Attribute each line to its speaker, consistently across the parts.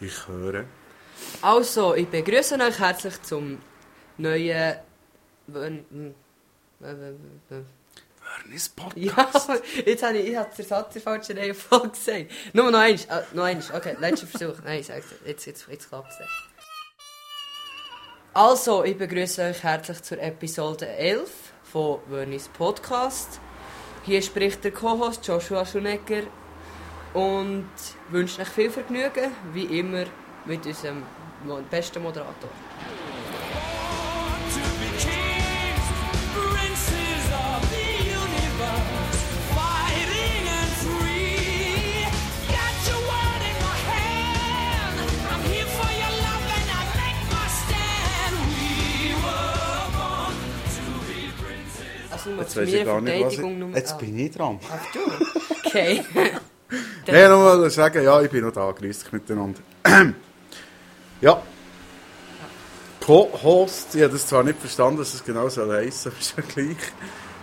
Speaker 1: Ich höre.
Speaker 2: Also, ich begrüße euch herzlich zum neuen. Wern- Wern-
Speaker 1: Wernis Podcast.
Speaker 2: Ja, jetzt habe ich, ich habe den Satz in falscher Reihenfolge gesagt. Nur noch eins, ah, noch eins. Okay, letzter Versuch. Nein, sag's, jetzt, jetzt, jetzt klappt es. Also, ich begrüße euch herzlich zur Episode 11 von Wernis Podcast. Hier spricht der Co-Host Joshua Schunecker und wünscht euch viel Vergnügen, wie immer, mit unserem mo- besten Moderator.
Speaker 3: To be kings, princes of the universe, fighting and free. Got your word in my hand. I'm here for your love and I make my stand. We were born to be princes.
Speaker 2: Also, nur
Speaker 1: Jetzt
Speaker 2: zu
Speaker 1: weiß ich
Speaker 2: meiner
Speaker 1: gar nicht, was ich...
Speaker 2: Verteidigung nur-
Speaker 1: Jetzt
Speaker 2: Ah,
Speaker 1: bin ich dran.
Speaker 2: ach du? Okay.
Speaker 1: Nein, nur mal sagen, ja, ich bin noch da. Grüß dich miteinander. ja. Co-Host, ich habe das zwar nicht verstanden, dass es genau so heissen aber ist ja gleich.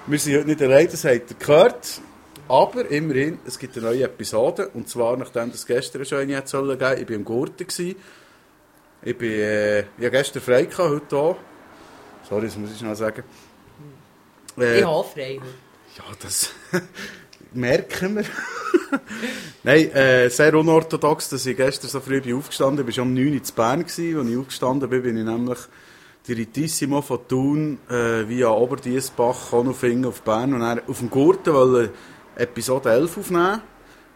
Speaker 1: Wir sind heute nicht allein, das habt ihr gehört. Aber immerhin, es gibt eine neue Episode. Und zwar, nachdem das gestern schon eine hätte sollen geben, ich war im Gurten. gewesen. Ich bin, äh, ich habe gestern frei gehabt, heute auch. Sorry, das muss ich noch sagen. Äh,
Speaker 2: Ich habe frei.
Speaker 1: ja, das merken wir. Nein, äh, sehr unorthodox, dass ich gestern so früh bin aufgestanden bin. Ich war um 9 Uhr in Bern. Gewesen. Als ich aufgestanden bin, bin ich nämlich die Ritissimo von Thun äh, via Oberdiesbach, Konofingen auf Bern und dann auf dem Gurten wollte Episode 11 aufnehmen.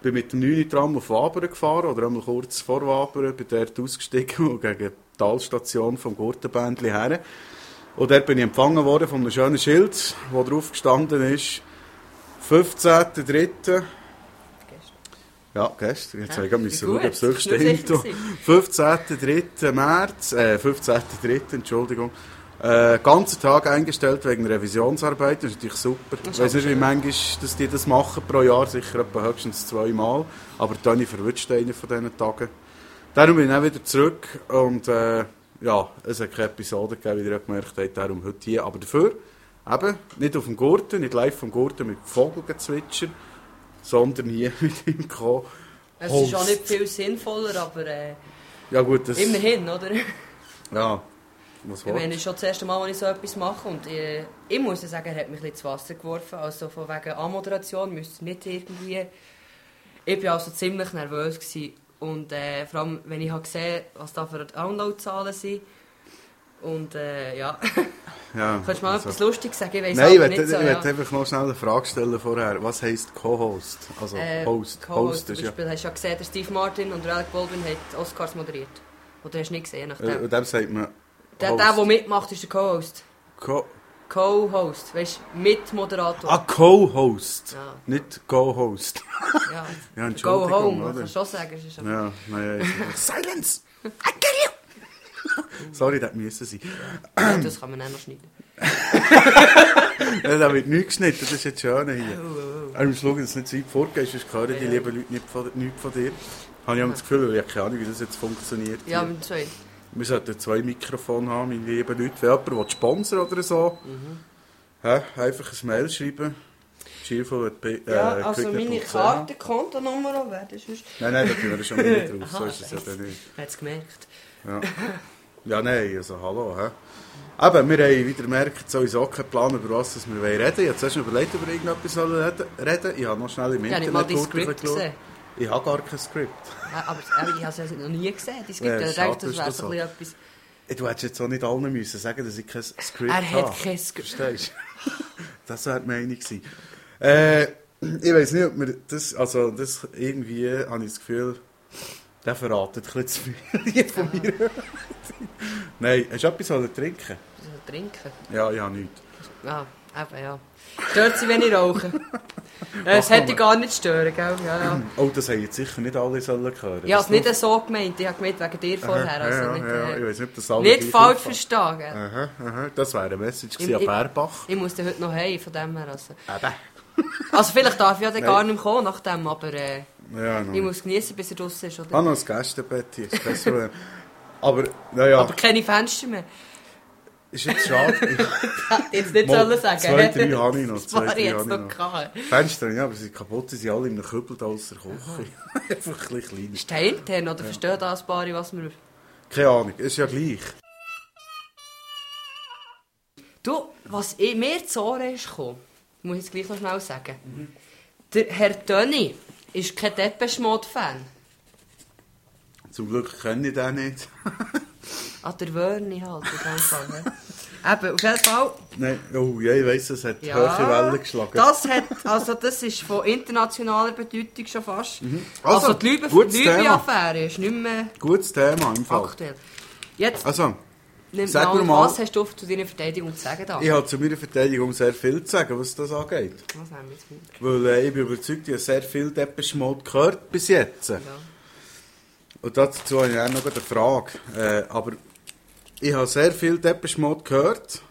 Speaker 1: Bin mit dem 9 Uhr Tram auf Wabern gefahren oder einmal kurz vor Wabern, bin dort ausgestiegen und gegen die Talstation vom Gurtenbändli her. Und dort bin ich empfangen worden von einem schönen Schild, wo drauf gestanden ist, 15.03. Ja, gestern. Jetzt habe ich gerade
Speaker 2: Wie
Speaker 1: müssen
Speaker 2: gut.
Speaker 1: schauen, ob es wirklich
Speaker 2: Das ist
Speaker 1: stimmt.
Speaker 2: richtig.
Speaker 1: 15.03. März, äh, 15.03. Entschuldigung. Äh, ganzen Tag eingestellt wegen Revisionsarbeit, das ist natürlich super.
Speaker 2: Das ist
Speaker 1: Ich weiß nicht,
Speaker 2: aber
Speaker 1: wie
Speaker 2: schön.
Speaker 1: manchmal dass die das machen pro Jahr, sicher etwa höchstens zweimal. Aber Toni verwünscht einen von diesen Tagen. Darum bin ich auch wieder zurück und äh, ja, es hat keine Episode gegeben, eh, wie ihr auch gemerkt habt, darum heute hier. Aber dafür eben nicht auf dem Gurten, nicht live vom Gurten mit Vogelgezwitscher, sondern hier mit dem Co.
Speaker 2: Es ist auch
Speaker 1: Holz.
Speaker 2: nicht viel sinnvoller, aber äh,
Speaker 1: Ja gut, das...
Speaker 2: immerhin, oder? Ich
Speaker 1: Ja, was war
Speaker 2: meine, es ist schon das erste Mal, als ich so etwas mache und äh, ich muss ja sagen, er hat mich ein bisschen ins Wasser geworfen. Also von wegen Anmoderation müsste es nicht irgendwie... Ich war also ziemlich nervös gewesen. und äh, vor allem, wenn ich habe gesehen was da für Downloadzahlen sind. Und äh, ja,
Speaker 1: Ja,
Speaker 2: kannst du mal
Speaker 1: also-
Speaker 2: etwas Lustiges sagen? Ich weiss
Speaker 1: Nein, ich
Speaker 2: aber
Speaker 1: wollte
Speaker 2: nicht
Speaker 1: ich
Speaker 2: so, eh, ja.
Speaker 1: wollte einfach noch schnell eine Frage stellen vorher. Was heisst Co-Host? Also
Speaker 2: Äh,
Speaker 1: Host.
Speaker 2: Co-Host
Speaker 1: Host
Speaker 2: zum
Speaker 1: ist ja...
Speaker 2: Beispiel, hast du ja gesehen, der Steve Martin und Alec Baldwin haben die Oscars moderiert. Oder hast du nicht gesehen, nachdem...
Speaker 1: Äh, Und dem sagt man...
Speaker 2: Der,
Speaker 1: Host.
Speaker 2: der, der mitmacht, ist der Co-Host.
Speaker 1: Co
Speaker 2: Co-Host, weißt du, Mitmoderator.
Speaker 1: ah, Co-Host.
Speaker 2: Ja.
Speaker 1: Nicht Co-Host.
Speaker 2: ja.
Speaker 1: Ja, Entschuldigung,
Speaker 2: Go home, man
Speaker 1: oder?
Speaker 2: kann schon sagen. Es ist aber-
Speaker 1: Ja, nein, ja, Silence! I kill you! Sorry, das müssen sie.
Speaker 2: Ja, das kann man auch noch schneiden.
Speaker 1: Ja, da wird nichts geschnitten, das ist jetzt schön hier.
Speaker 2: Oh, oh,
Speaker 1: Aber ich schauen, dass es nicht zu weit vorgeht, sonst hören die
Speaker 2: Ja.
Speaker 1: lieben Leute nicht von, nichts von dir. Habe ich auch das Gefühl, weil ich habe keine Ahnung, wie das jetzt funktioniert.
Speaker 2: oh. Ja,
Speaker 1: dus hier.
Speaker 2: mit zwei.
Speaker 1: Wir sollten zwei Mikrofone haben, meine lieben Leute. Wenn jemand will Sponsor oder so,
Speaker 2: Mhm.
Speaker 1: hä, einfach ein Mail schreiben. Cheerful at äh,
Speaker 2: Ja, also meine
Speaker 1: quicknet.ch.
Speaker 2: Karte, Kontonummer, wer das ist.
Speaker 1: Nein, nein, da tun wir schon wieder drauf, so
Speaker 2: Aha,
Speaker 1: ist es ja dann nicht.
Speaker 2: Hat es gemerkt.
Speaker 1: Ja. ja, nein, also hallo. He. Eben, wir haben wieder gemerkt, sowieso keinen Plan, über was das wir reden wollen. Ich habe zuerst überlegt, über irgendetwas sollen reden reden. Ich habe noch schnell im
Speaker 2: Ich habe nicht mal
Speaker 1: Internet
Speaker 2: dein
Speaker 1: kurz
Speaker 2: Skript
Speaker 1: geschaut.
Speaker 2: gesehen.
Speaker 1: Ich habe gar kein Skript.
Speaker 2: Ja, Aber aber ich habe es noch nie gesehen. Dein Skript,
Speaker 1: Ja,
Speaker 2: ich
Speaker 1: schade,
Speaker 2: dachte, das
Speaker 1: ist
Speaker 2: wäre
Speaker 1: das
Speaker 2: so ein bisschen etwas...
Speaker 1: Du hättest jetzt auch nicht allen müssen sagen, dass ich kein Skript
Speaker 2: Er
Speaker 1: habe.
Speaker 2: hat kein Skript.
Speaker 1: Verstehst du? Das wäre die Meinung gewesen. Äh, ich weiß nicht, ob wir das, also das irgendwie, habe ich das Gefühl, der verratet ein bisschen zu viel hier von
Speaker 2: Ah.
Speaker 1: mir. Nein, hast du etwas wollen trinken?
Speaker 2: Also Trinken.
Speaker 1: Ja, ich habe nichts.
Speaker 2: Ja, eben, ja. Stört sie, wenn ich rauche? Äh, Es
Speaker 1: Mach
Speaker 2: hätte
Speaker 1: mal.
Speaker 2: gar nicht stören, gell? Ja, ja.
Speaker 1: Oh, das haben jetzt sicher nicht alle sollen hören.
Speaker 2: Ich
Speaker 1: Das
Speaker 2: habe es nicht so gemeint, ich habe gemeint wegen dir vorher. Also
Speaker 1: ja,
Speaker 2: nicht,
Speaker 1: ja,
Speaker 2: äh,
Speaker 1: ich weiß nicht, ob das alle
Speaker 2: nicht
Speaker 1: gleich
Speaker 2: falsch
Speaker 1: aufpassen.
Speaker 2: verstehen. gell?
Speaker 1: Aha, aha, das wäre eine Message gewesen
Speaker 2: Im-
Speaker 1: an
Speaker 2: im-
Speaker 1: Bärbach.
Speaker 2: Ich muss dann heute noch heim, von dem her. Also,
Speaker 1: Eben.
Speaker 2: also vielleicht darf ich ja dann
Speaker 1: Nein. Hm.
Speaker 2: gar nicht mehr kommen nach dem, aber äh,
Speaker 1: Ja,
Speaker 2: ich
Speaker 1: noch.
Speaker 2: muss genießen, bis er draußen ist.
Speaker 1: Ah,
Speaker 2: Oder?
Speaker 1: noch das Gästebett hier, ist kein Problem. Aber, naja,
Speaker 2: Aber keine Fenster mehr.
Speaker 1: Ist jetzt schade.
Speaker 2: Jetzt nicht
Speaker 1: Mal,
Speaker 2: sollen sagen.
Speaker 1: zwei, drei habe ich noch,
Speaker 2: Das
Speaker 1: zwei,
Speaker 2: war
Speaker 1: drei
Speaker 2: jetzt
Speaker 1: habe ich
Speaker 2: noch
Speaker 1: noch.
Speaker 2: gehabt.
Speaker 1: Fenster, ja, aber sie sind kaputt, sie sind alle in einem Kübel da aus der Küche. Einfach ein bisschen klein.
Speaker 2: Ist der intern oder versteht das Bari, was wir...
Speaker 1: Keine Ahnung, ist ja gleich.
Speaker 2: Du, was ich, mir zu Ohren ist gekommen, muss ich es gleich noch schnell sagen.
Speaker 1: Mhm.
Speaker 2: Der Herr Tönni ist kein Depeche-Mode-Fan.
Speaker 1: Zum Glück kenne ich den nicht.
Speaker 2: Ah, der Wörni halt, in dem Fall. ne? Eben, auf jeden Fall...
Speaker 1: Nein, oh ja, ich weiss, es hat hohe Wellen geschlagen.
Speaker 2: Das hat, also das ist von internationaler Bedeutung schon fast.
Speaker 1: Also,
Speaker 2: Also, die Lübe-
Speaker 1: gutes
Speaker 2: die Libyen-Affäre ist nicht mehr
Speaker 1: Gutes Thema im Fall.
Speaker 2: aktuell. Jetzt
Speaker 1: Also,
Speaker 2: nimm
Speaker 1: sag mir
Speaker 2: mal,
Speaker 1: mal-
Speaker 2: was hast du zu deiner Verteidigung zu sagen? Da?
Speaker 1: ich habe zu meiner Verteidigung sehr viel zu sagen, was das angeht.
Speaker 2: Was haben wir jetzt mit?
Speaker 1: Weil äh, ich bin überzeugt, ich habe sehr viel Depeche Mode gehört bis jetzt.
Speaker 2: Ja.
Speaker 1: Und dazu habe ich auch noch eine Frage. Äh, aber ich habe sehr viel Depeche Mode gehört,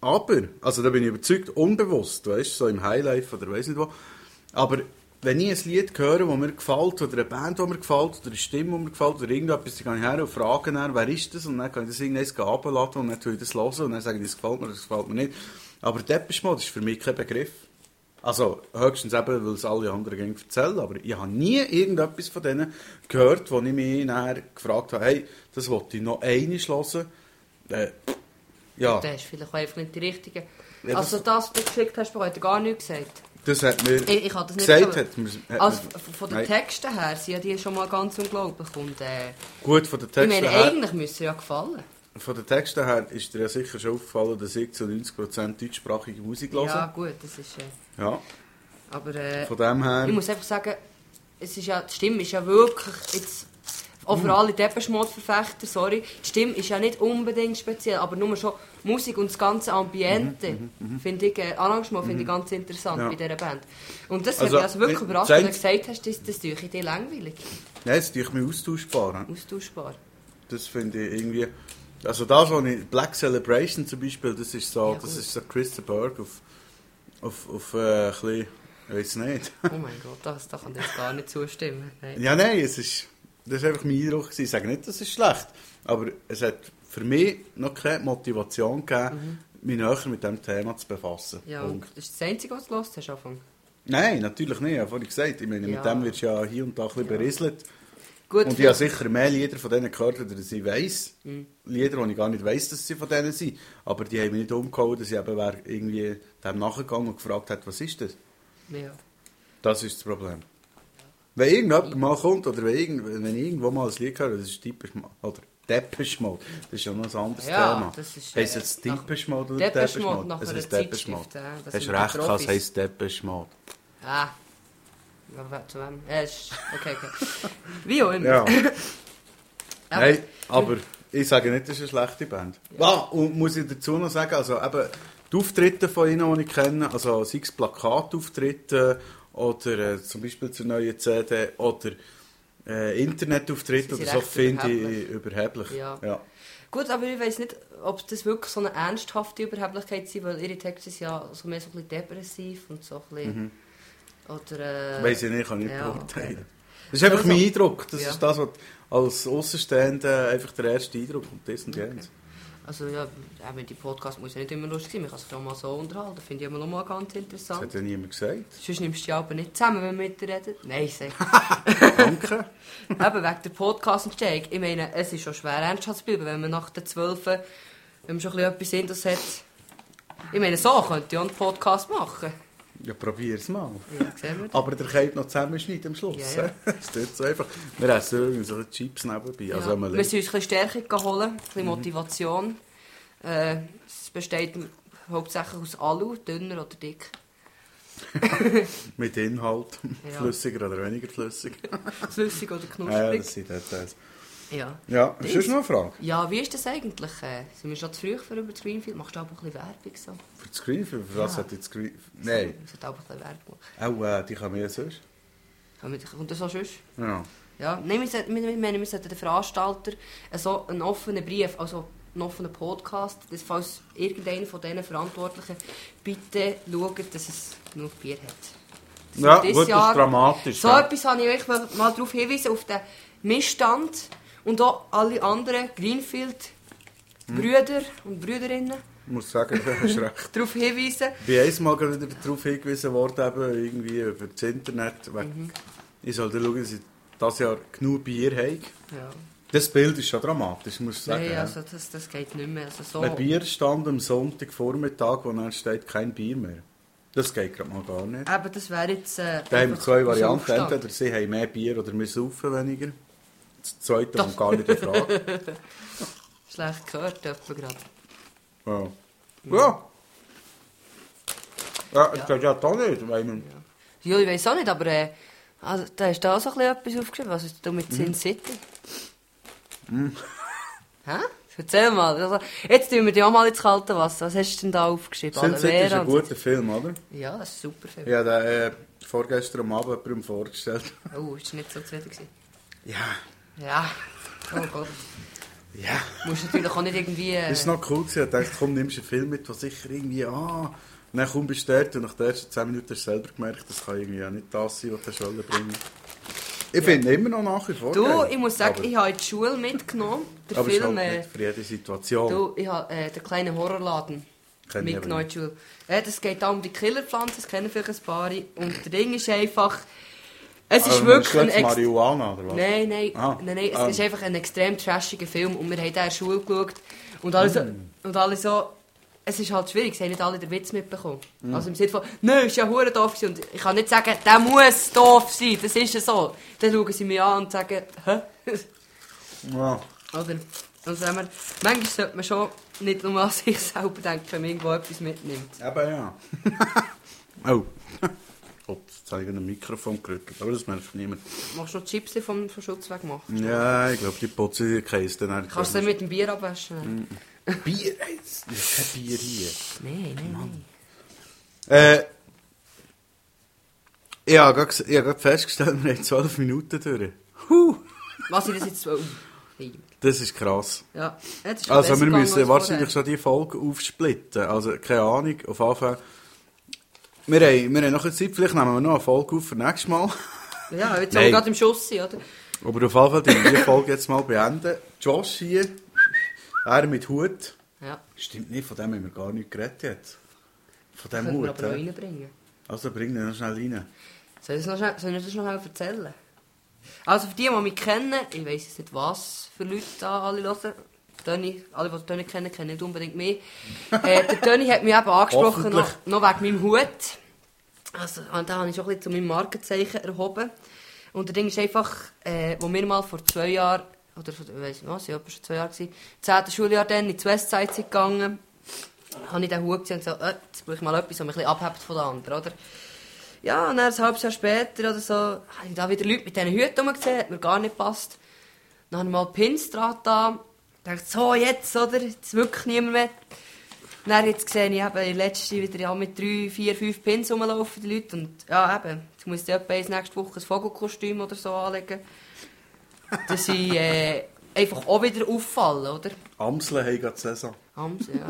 Speaker 1: aber, also da bin ich überzeugt, unbewusst, weißt so im Highlife oder weiß nicht wo. Aber wenn ich ein Lied höre, das mir gefällt, oder eine Band, die mir gefällt, oder eine Stimme, die mir gefällt, oder irgendetwas, dann gehe ich her und frage dann, wer ist das? Und dann kann ich das irgendwas runterladen und dann tue ich das hören und dann sage ich, das gefällt mir, das gefällt mir nicht. Aber Depeche Mode ist für mich kein Begriff. Also höchstens eben, weil es alle anderen gerne erzählen, aber ich habe nie irgendetwas von denen gehört, wo ich mich nachher gefragt habe, hey, das wollte ich noch einmal hören. Äh, ja,
Speaker 2: Der ist vielleicht auch einfach nicht die richtige.
Speaker 1: Ja, das-
Speaker 2: also das, was du geschickt hast, hast du gar nichts gesagt.
Speaker 1: das hat mir
Speaker 2: Ich, ich habe das nicht
Speaker 1: gesagt.
Speaker 2: gewusst.
Speaker 1: Hat mir, hat
Speaker 2: Also
Speaker 1: mir-
Speaker 2: von- von den
Speaker 1: Nein.
Speaker 2: Texten her sind ja die schon mal ganz unglaublich. Und äh,
Speaker 1: Gut, von den
Speaker 2: ich
Speaker 1: Texten
Speaker 2: meine,
Speaker 1: her,
Speaker 2: eigentlich müsste ja gefallen.
Speaker 1: von den Texten her ist dir ja sicher schon aufgefallen, dass ich zu 90% deutschsprachige Musik höre.
Speaker 2: Ja
Speaker 1: Ja.
Speaker 2: gut, das ist... Äh, aber äh,
Speaker 1: Von dem her,
Speaker 2: ich muss einfach sagen, es ist ja, die Stimme ist ja wirklich... Jetzt, auch
Speaker 1: Mhm.
Speaker 2: für alle Deppenschmott-Verfechter, sorry, die Stimme ist ja nicht unbedingt speziell, aber nur schon Musik und das ganze Ambiente,
Speaker 1: Mhm,
Speaker 2: finde ich, äh, Arrangement finde ich ganz interessant
Speaker 1: Ja.
Speaker 2: bei dieser Band. Und das
Speaker 1: Also,
Speaker 2: hat mich also wirklich
Speaker 1: ich-
Speaker 2: überrascht, als du
Speaker 1: das
Speaker 2: gesagt hast, das, das tue ich dir langweilig,
Speaker 1: nein, es tue ich mich austauschbar.
Speaker 2: austauschbar.
Speaker 1: Das finde ich irgendwie. Also das, was ich. Black Celebration zum Beispiel, das ist so,
Speaker 2: Ja,
Speaker 1: das
Speaker 2: gut.
Speaker 1: ist so Christa Berg auf. auf, auf äh, ein bisschen, ich weiß nicht.
Speaker 2: Oh mein Gott, das, da kann ich jetzt gar nicht zustimmen. Nein.
Speaker 1: ja, nein, es ist. Das war einfach mein Eindruck. gewesen. Ich sage nicht, das ist schlecht. Aber es hat für mich noch keine Motivation gegeben, mich näher mit diesem Thema zu befassen.
Speaker 2: Mhm. Ja, und
Speaker 1: Punkt.
Speaker 2: das ist das Einzige, was du gehört hast, Anfang.
Speaker 1: Nein, natürlich nicht. Ich habe vorhin gesagt, ich meine,
Speaker 2: Ja.
Speaker 1: mit dem wirst du ja hier und da ein bisschen berieselt.
Speaker 2: Gut,
Speaker 1: Und ich habe sicher mehr Lieder von denen gehört, als ich weiss.
Speaker 2: Mm.
Speaker 1: Lieder, die ich gar nicht weiss, dass sie von denen sind. Aber dus die haben mich nicht umgehauen, dass ich eben wer irgendwie dem nachgegangen und gefragt hat, was ist das?
Speaker 2: ja.
Speaker 1: Das ist das Problem. Wenn irgendjemand mal kommt, oder wenn, irgend, wenn ich irgendwo mal ein Lied höre, das ist Depeche Mode, oder Depeche Mode, das ist ja noch ein anderes
Speaker 2: Ja,
Speaker 1: Thema.
Speaker 2: das ist,
Speaker 1: Heisst
Speaker 2: äh,
Speaker 1: jetzt
Speaker 2: nach-
Speaker 1: Depeche Mode oder
Speaker 2: Depeche
Speaker 1: Depeche
Speaker 2: Mode
Speaker 1: Mode?
Speaker 2: nach
Speaker 1: Es
Speaker 2: einer
Speaker 1: ist Depeche Mode.
Speaker 2: Zeitschrift, ja. Das
Speaker 1: Hast recht,
Speaker 2: sind die
Speaker 1: gehabt, es
Speaker 2: Profis.
Speaker 1: heisst Depeche Mode.
Speaker 2: Ah. Aber wer- zu wem? Äh, ist- okay, okay. Wie auch immer.
Speaker 1: Ja.
Speaker 2: Aber-
Speaker 1: Nein, aber ich sage nicht, das ist eine schlechte Band. Ah, und muss ich dazu noch sagen, also eben die Auftritte von ihnen, die ich kenne, also sei es Plakatauftritte oder äh, zum Beispiel zur neuen CD oder äh, Internetauftritte
Speaker 2: Sie
Speaker 1: oder
Speaker 2: sind
Speaker 1: so,
Speaker 2: recht
Speaker 1: finde ich überheblich.
Speaker 2: Ja.
Speaker 1: Ja.
Speaker 2: Gut, aber ich weiß nicht, ob das wirklich so eine ernsthafte Überheblichkeit ist, weil ihre Texte sind ja so mehr so ein bisschen depressiv und so ein bisschen... Oder... Äh,
Speaker 1: Mhm. Weiss ich nicht, kann ich nicht
Speaker 2: ja,
Speaker 1: beurteilen.
Speaker 2: okay.
Speaker 1: Das ist einfach
Speaker 2: Also,
Speaker 1: mein Eindruck. Das
Speaker 2: ja.
Speaker 1: ist das, was als Außenstehender einfach der erste Eindruck und das und jenes.
Speaker 2: Also ja, eben, die Podcast muss ja nicht immer lustig sein, man kann sich auch mal so unterhalten, finde ich immer noch mal ganz
Speaker 1: Das
Speaker 2: interessant.
Speaker 1: hat ja niemand gesagt.
Speaker 2: Sonst nimmst du die aber nicht zusammen, wenn wir mit dir reden. Nein, sag.
Speaker 1: Danke.
Speaker 2: Eben wegen der Podcast-Entstehung. Ich meine, es ist schon schwer ernsthaft zu bleiben, wenn man nach der 12. wenn man schon ein bisschen etwas in das hat. Ich meine, so könnte ich auch einen Podcast machen.
Speaker 1: Ja, probier's mal.
Speaker 2: Ja, sehen wir.
Speaker 1: Aber der Kälte noch zusammenschneiden am Schluss.
Speaker 2: Ja, ja.
Speaker 1: hä? ist nicht so einfach. Wir essen übrigens so Chips nebenbei.
Speaker 2: Ja.
Speaker 1: Also, wenn man
Speaker 2: wir müssen uns ein bisschen Stärke holen, ein
Speaker 1: Mhm.
Speaker 2: bisschen Motivation. Äh, es besteht hauptsächlich aus Alu, dünner oder dick.
Speaker 1: mit Inhalt,
Speaker 2: Ja.
Speaker 1: flüssiger oder weniger flüssig.
Speaker 2: Flüssig oder
Speaker 1: ja,
Speaker 2: knusprig.
Speaker 1: das sind Details.
Speaker 2: Ja.
Speaker 1: Ja,
Speaker 2: Das-
Speaker 1: ist das noch eine Frage?
Speaker 2: ja, wie ist das eigentlich? Äh, sind wir schon zu früh für über das Greenfield? Machst du auch ein bisschen Werbung? So?
Speaker 1: Für das Green, für für was
Speaker 2: Ja.
Speaker 1: hat jetzt Green... Nein,
Speaker 2: Ich sollte auch ein bisschen Werbung machen.
Speaker 1: auch äh, die kann man ja sonst.
Speaker 2: Kommt- Kommt das auch sonst?
Speaker 1: Ja.
Speaker 2: Ja, nein, wir, sollten, wir, wir, meinen, wir sollten den Veranstalter so einen offenen Brief, also einen offenen Podcast, dass falls irgendeiner von diesen Verantwortlichen bitte schaut, dass es genug Bier hat. Das
Speaker 1: Ja,
Speaker 2: wird dieses
Speaker 1: gut, das ist
Speaker 2: Jahr-
Speaker 1: dramatisch,
Speaker 2: So
Speaker 1: ja.
Speaker 2: etwas habe ich euch mal, mal darauf hinweisen, auf den Missstand und auch alle anderen Greenfield
Speaker 1: Hm.
Speaker 2: die Brüder und Brüderinnen
Speaker 1: Ich muss sagen, du hast recht.
Speaker 2: darauf hinweisen.
Speaker 1: Ich bin einmal gerade wieder darauf hingewiesen worden, eben irgendwie über das Internet. wegen-
Speaker 2: Mhm.
Speaker 1: Ich sollte schauen, dass ich dieses Jahr genug Bier habe.
Speaker 2: Ja.
Speaker 1: Das Bild ist schon dramatisch, muss ich sagen.
Speaker 2: Nein,
Speaker 1: ja.
Speaker 2: also das, das geht nicht mehr. Also so.
Speaker 1: Ein Bierstand am Sonntagvormittag, wo dann steht, kein Bier mehr. Das geht gerade mal gar nicht.
Speaker 2: Aber das wäre jetzt... Äh,
Speaker 1: Da haben wir
Speaker 2: einfach
Speaker 1: zwei
Speaker 2: ein
Speaker 1: Varianten.
Speaker 2: Aufstand.
Speaker 1: Entweder sie haben mehr Bier oder wir saufen weniger. Das zweite kommt gar nicht in Frage.
Speaker 2: Schlecht gehört, etwa gerade.
Speaker 1: Ja. Ja. Ja, das geht ja doch nicht. Weil man,
Speaker 2: Ja, ich weiß auch nicht, aber äh, also, da hast du auch so ein bisschen etwas aufgeschrieben. Was ist da mit
Speaker 1: Mhm.
Speaker 2: Sin City? Hä? Erzähl mal. Also, jetzt tun wir dich auch mal ins kalte Wasser. Was hast du denn da aufgeschrieben?
Speaker 1: Sin City ist
Speaker 2: Oliveira
Speaker 1: ein
Speaker 2: und-
Speaker 1: guter Film, oder?
Speaker 2: Ja, das ist super Film.
Speaker 1: Ja, den äh, vorgestern am Abend jemandem vorgestellt.
Speaker 2: Oh, ist nicht so zufrieden gewesen.
Speaker 1: Ja,
Speaker 2: Ja. Oh Gott.
Speaker 1: ja.
Speaker 2: Musst natürlich auch nicht irgendwie... Äh,
Speaker 1: Das ist noch cool. gewesen. Ich dachte, komm, nimmst du einen Film mit, der sicher irgendwie, ah... Und dann komm, bist du dort und nach den ersten 10 Minuten hast du selber gemerkt, das kann irgendwie auch nicht das sein, was du soll bringen Ich finde immer noch nach wie vor
Speaker 2: Du,
Speaker 1: geil.
Speaker 2: ich muss sagen,
Speaker 1: aber,
Speaker 2: ich habe die Schule mitgenommen. Der
Speaker 1: aber
Speaker 2: Film...
Speaker 1: es ist
Speaker 2: äh,
Speaker 1: halt nicht für jede Situation.
Speaker 2: Du, ich habe äh, den kleinen Horrorladen
Speaker 1: Kenn ich aber
Speaker 2: mitgenommen in die Schule. Äh, das geht da um die Killerpflanze, das kennen vielleicht ein paar. Und der Ding ist einfach... Es ist
Speaker 1: Aber
Speaker 2: wirklich
Speaker 1: meinst
Speaker 2: ein...
Speaker 1: du jetzt
Speaker 2: ex-
Speaker 1: Marihuana oder was?
Speaker 2: Nein, nein,
Speaker 1: Ah,
Speaker 2: nein, nein, es
Speaker 1: ah.
Speaker 2: ist einfach ein extrem trashiger Film und wir haben den in der Schule geschaut und alle so,
Speaker 1: Mm.
Speaker 2: und alle so es ist halt schwierig, es haben nicht alle den Witz mitbekommen.
Speaker 1: Mm.
Speaker 2: Also im Sinne von, nein, ist ja hure doof gewesen. und ich kann nicht sagen, der muss doof sein, das ist ja so. Dann schauen sie mich an und sagen, hä?
Speaker 1: Ja.
Speaker 2: Oder? Also wenn man, manchmal sollte man schon nicht nur an sich selber denken, wenn man irgendwo etwas mitnimmt.
Speaker 1: Aber ja. oh. Ups, jetzt habe ich ein Mikrofon gerüttelt, aber das merkt niemand.
Speaker 2: Machst du noch Chips die vom, vom Schutz weg machen?
Speaker 1: Ja, ich glaube, die Putze käst dann eigentlich.
Speaker 2: Kannst du sie mit dem Bier abwaschen?
Speaker 1: Bier? Ey, es ist kein Bier hier.
Speaker 2: Nein, nein, nein.
Speaker 1: Äh, ich habe gerade gese- ich habe gerade festgestellt, wir haben 12 Minuten durch. Huh,
Speaker 2: Was ich das jetzt... Oh. Hey.
Speaker 1: das ist krass.
Speaker 2: Ja, jetzt ist
Speaker 1: Also
Speaker 2: besser
Speaker 1: wir
Speaker 2: gegangen
Speaker 1: müssen
Speaker 2: als
Speaker 1: wahrscheinlich schon
Speaker 2: vorher.
Speaker 1: die Folge aufsplitten. Also keine Ahnung, auf jeden Fall. Wir haben, wir haben noch eine Zeit, vielleicht nehmen wir noch eine Folge auf für nächstes Mal.
Speaker 2: Ja, jetzt
Speaker 1: Nein.
Speaker 2: haben wir gerade im Schuss sein, oder?
Speaker 1: Aber auf jeden Fall werden wir die Folge jetzt mal beenden. Josh hier, er mit Hut.
Speaker 2: Ja,
Speaker 1: Stimmt nicht, von dem haben wir gar nicht geredet jetzt. Von dem
Speaker 2: können wir
Speaker 1: Hut.
Speaker 2: aber noch
Speaker 1: hä?
Speaker 2: reinbringen.
Speaker 1: Also bring den noch schnell rein.
Speaker 2: Soll ich das noch schnell, soll ich das noch schnell erzählen? Also für die, die mich kennen, ich weiss jetzt nicht, was für Leute da alle hören. Tony, alle, die Tony kennen, kennen nicht unbedingt mich. äh, der Tony hat mich eben angesprochen, noch,
Speaker 1: Hoffentlich.
Speaker 2: noch wegen meinem Hut. Also, und da habe ich schon ein bisschen zu meinem Markenzeichen erhoben. Und der Ding ist einfach, äh, wo wir mal vor zwei Jahren, oder vor, ich weiss nicht was, ja, etwa schon zwei Jahre gewesen, im 10. Schuljahr dann in die Westside sind gegangen, habe ich den Hut gesehen und so, äh, jetzt brauche ich mal etwas, was mich ein bisschen abhebt von den anderen, oder? Ja, und dann ein halbes Jahr später oder so, habe ich da wieder Leute mit diesen Hüten rumgesehen, hat mir gar nicht gepasst. Dann habe ich mal Pins dran da, dachte so, jetzt, oder? Jetzt wirklich niemand mehr. Dann jetzt sehe ich eben in letzter wieder ja, mit drei, vier, fünf Pins rumlaufen, die Leute. Und ja, eben, jetzt muss ich etwa eins nächste Woche ein Vogelkostüm oder so anlegen. Dass ich äh, einfach auch wieder auffallen, oder?
Speaker 1: Amseln haben gerade die Saison.
Speaker 2: Haben sie, ja.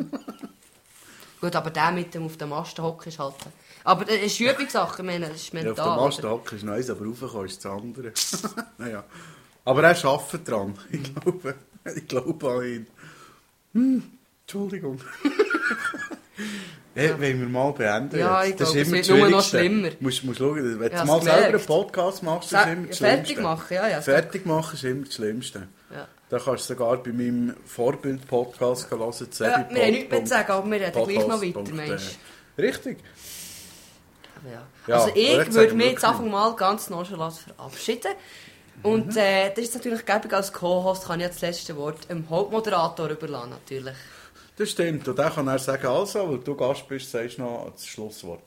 Speaker 2: Gut, aber der mit dem auf dem Masten hocken ist halt... Aber das ist Übungssache, ich meine, das ist
Speaker 1: Ja, auf
Speaker 2: mental.
Speaker 1: der Mast
Speaker 2: oder?
Speaker 1: hocken ist noch eins, aber raufkommen ist das andere. naja. Aber er arbeitet dran. Ich glaube, ich glaube an ihn. Hm,
Speaker 2: Hm,
Speaker 1: Entschuldigung. hey, Wenn wir mal beenden.
Speaker 2: Ja,
Speaker 1: jetzt.
Speaker 2: ich
Speaker 1: das
Speaker 2: glaube,
Speaker 1: ist immer
Speaker 2: es
Speaker 1: das
Speaker 2: wird nur noch
Speaker 1: Schwierigste.
Speaker 2: schlimmer.
Speaker 1: Musst, musst schauen, wenn
Speaker 2: Ja,
Speaker 1: du mal
Speaker 2: es
Speaker 1: selber
Speaker 2: merkt.
Speaker 1: einen Podcast machst, ist es
Speaker 2: Sa-
Speaker 1: immer das
Speaker 2: fertig
Speaker 1: Schlimmste.
Speaker 2: machen, ja, ja, es
Speaker 1: Fertig machen ist immer das Schlimmste.
Speaker 2: Ja.
Speaker 1: Da kannst du sogar bei meinem Vorbild-Podcast hören.
Speaker 2: Ja, wir haben nichts mehr zu
Speaker 1: Sebi.podcast.
Speaker 2: sagen, aber wir reden gleich noch weiter,
Speaker 1: Podcast.
Speaker 2: Mensch.
Speaker 1: Richtig.
Speaker 2: Aber ja.
Speaker 1: Ja,
Speaker 2: also
Speaker 1: aber jetzt
Speaker 2: ich
Speaker 1: sagen wir
Speaker 2: würde mich jetzt
Speaker 1: wirklich
Speaker 2: einfach mal ganz nonchalant verabschieden.
Speaker 1: Mhm.
Speaker 2: Und äh, das ist natürlich gäbig als Co-Host, kann ich ja das letzte Wort dem Hauptmoderator überlassen, natürlich.
Speaker 1: Das stimmt. Und dann kann er sagen, also, weil du Gast bist, sagst du noch das Schlusswort.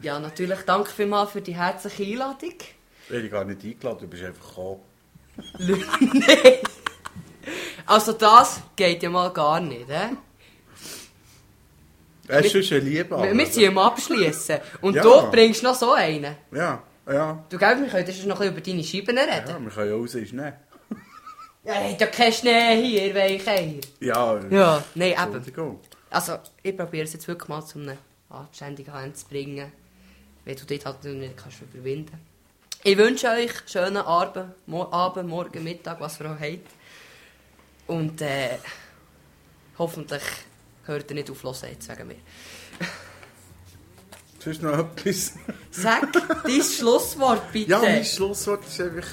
Speaker 2: Ja, natürlich danke vielmals für die herzliche Einladung.
Speaker 1: Ich bin gar nicht eingeladen, du bist einfach gekommen.
Speaker 2: Nein! Also das geht ja mal gar nicht, hä?
Speaker 1: Es ist ein Liebe.
Speaker 2: Wir, wir sind am Abschliessen und
Speaker 1: Ah, Ja.
Speaker 2: du bringst noch so einen.
Speaker 1: Ja, ja.
Speaker 2: Du gell, wir können schon noch ein bisschen über deine Scheiben reden.
Speaker 1: Ja, wir können ja raus, ist nicht.
Speaker 2: Ja, ja ihr habt ja keinen Schnee hier, Weicheier.
Speaker 1: Ja,
Speaker 2: Ja, nein, eben.
Speaker 1: Entschuldigung.
Speaker 2: Also, ich probiere es jetzt wirklich mal um zu einem anständigen Ende zu bringen, wenn du dort halt nicht kannst überwinden Ich wünsche euch einen schönen Abend, Mo Abend, Morgen, Mittag, was ihr auch habt. Und äh, Hoffentlich hört er nicht auf, los jetzt wegen mir.
Speaker 1: Sonst noch etwas.
Speaker 2: Sag dein Schlusswort bitte.
Speaker 1: Ja, mein Schlusswort ist einfach...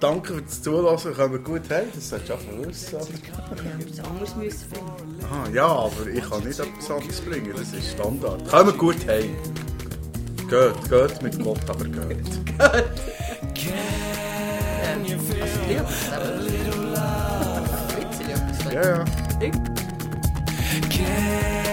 Speaker 1: Danke fürs Zulassen, kommen gut heim. Das solltest du einfach wissen.
Speaker 2: Ich hätte etwas anderes müssen finden.
Speaker 1: Ah, ja, aber ich kann nicht etwas anderes bringen. Das ist Standard. Kommen gut heim. Geht, geht mit Gott, aber geht.
Speaker 2: Ähm, also, ich habe es eben. Witzig, ich habe
Speaker 1: Ja, ja.
Speaker 2: es
Speaker 3: Can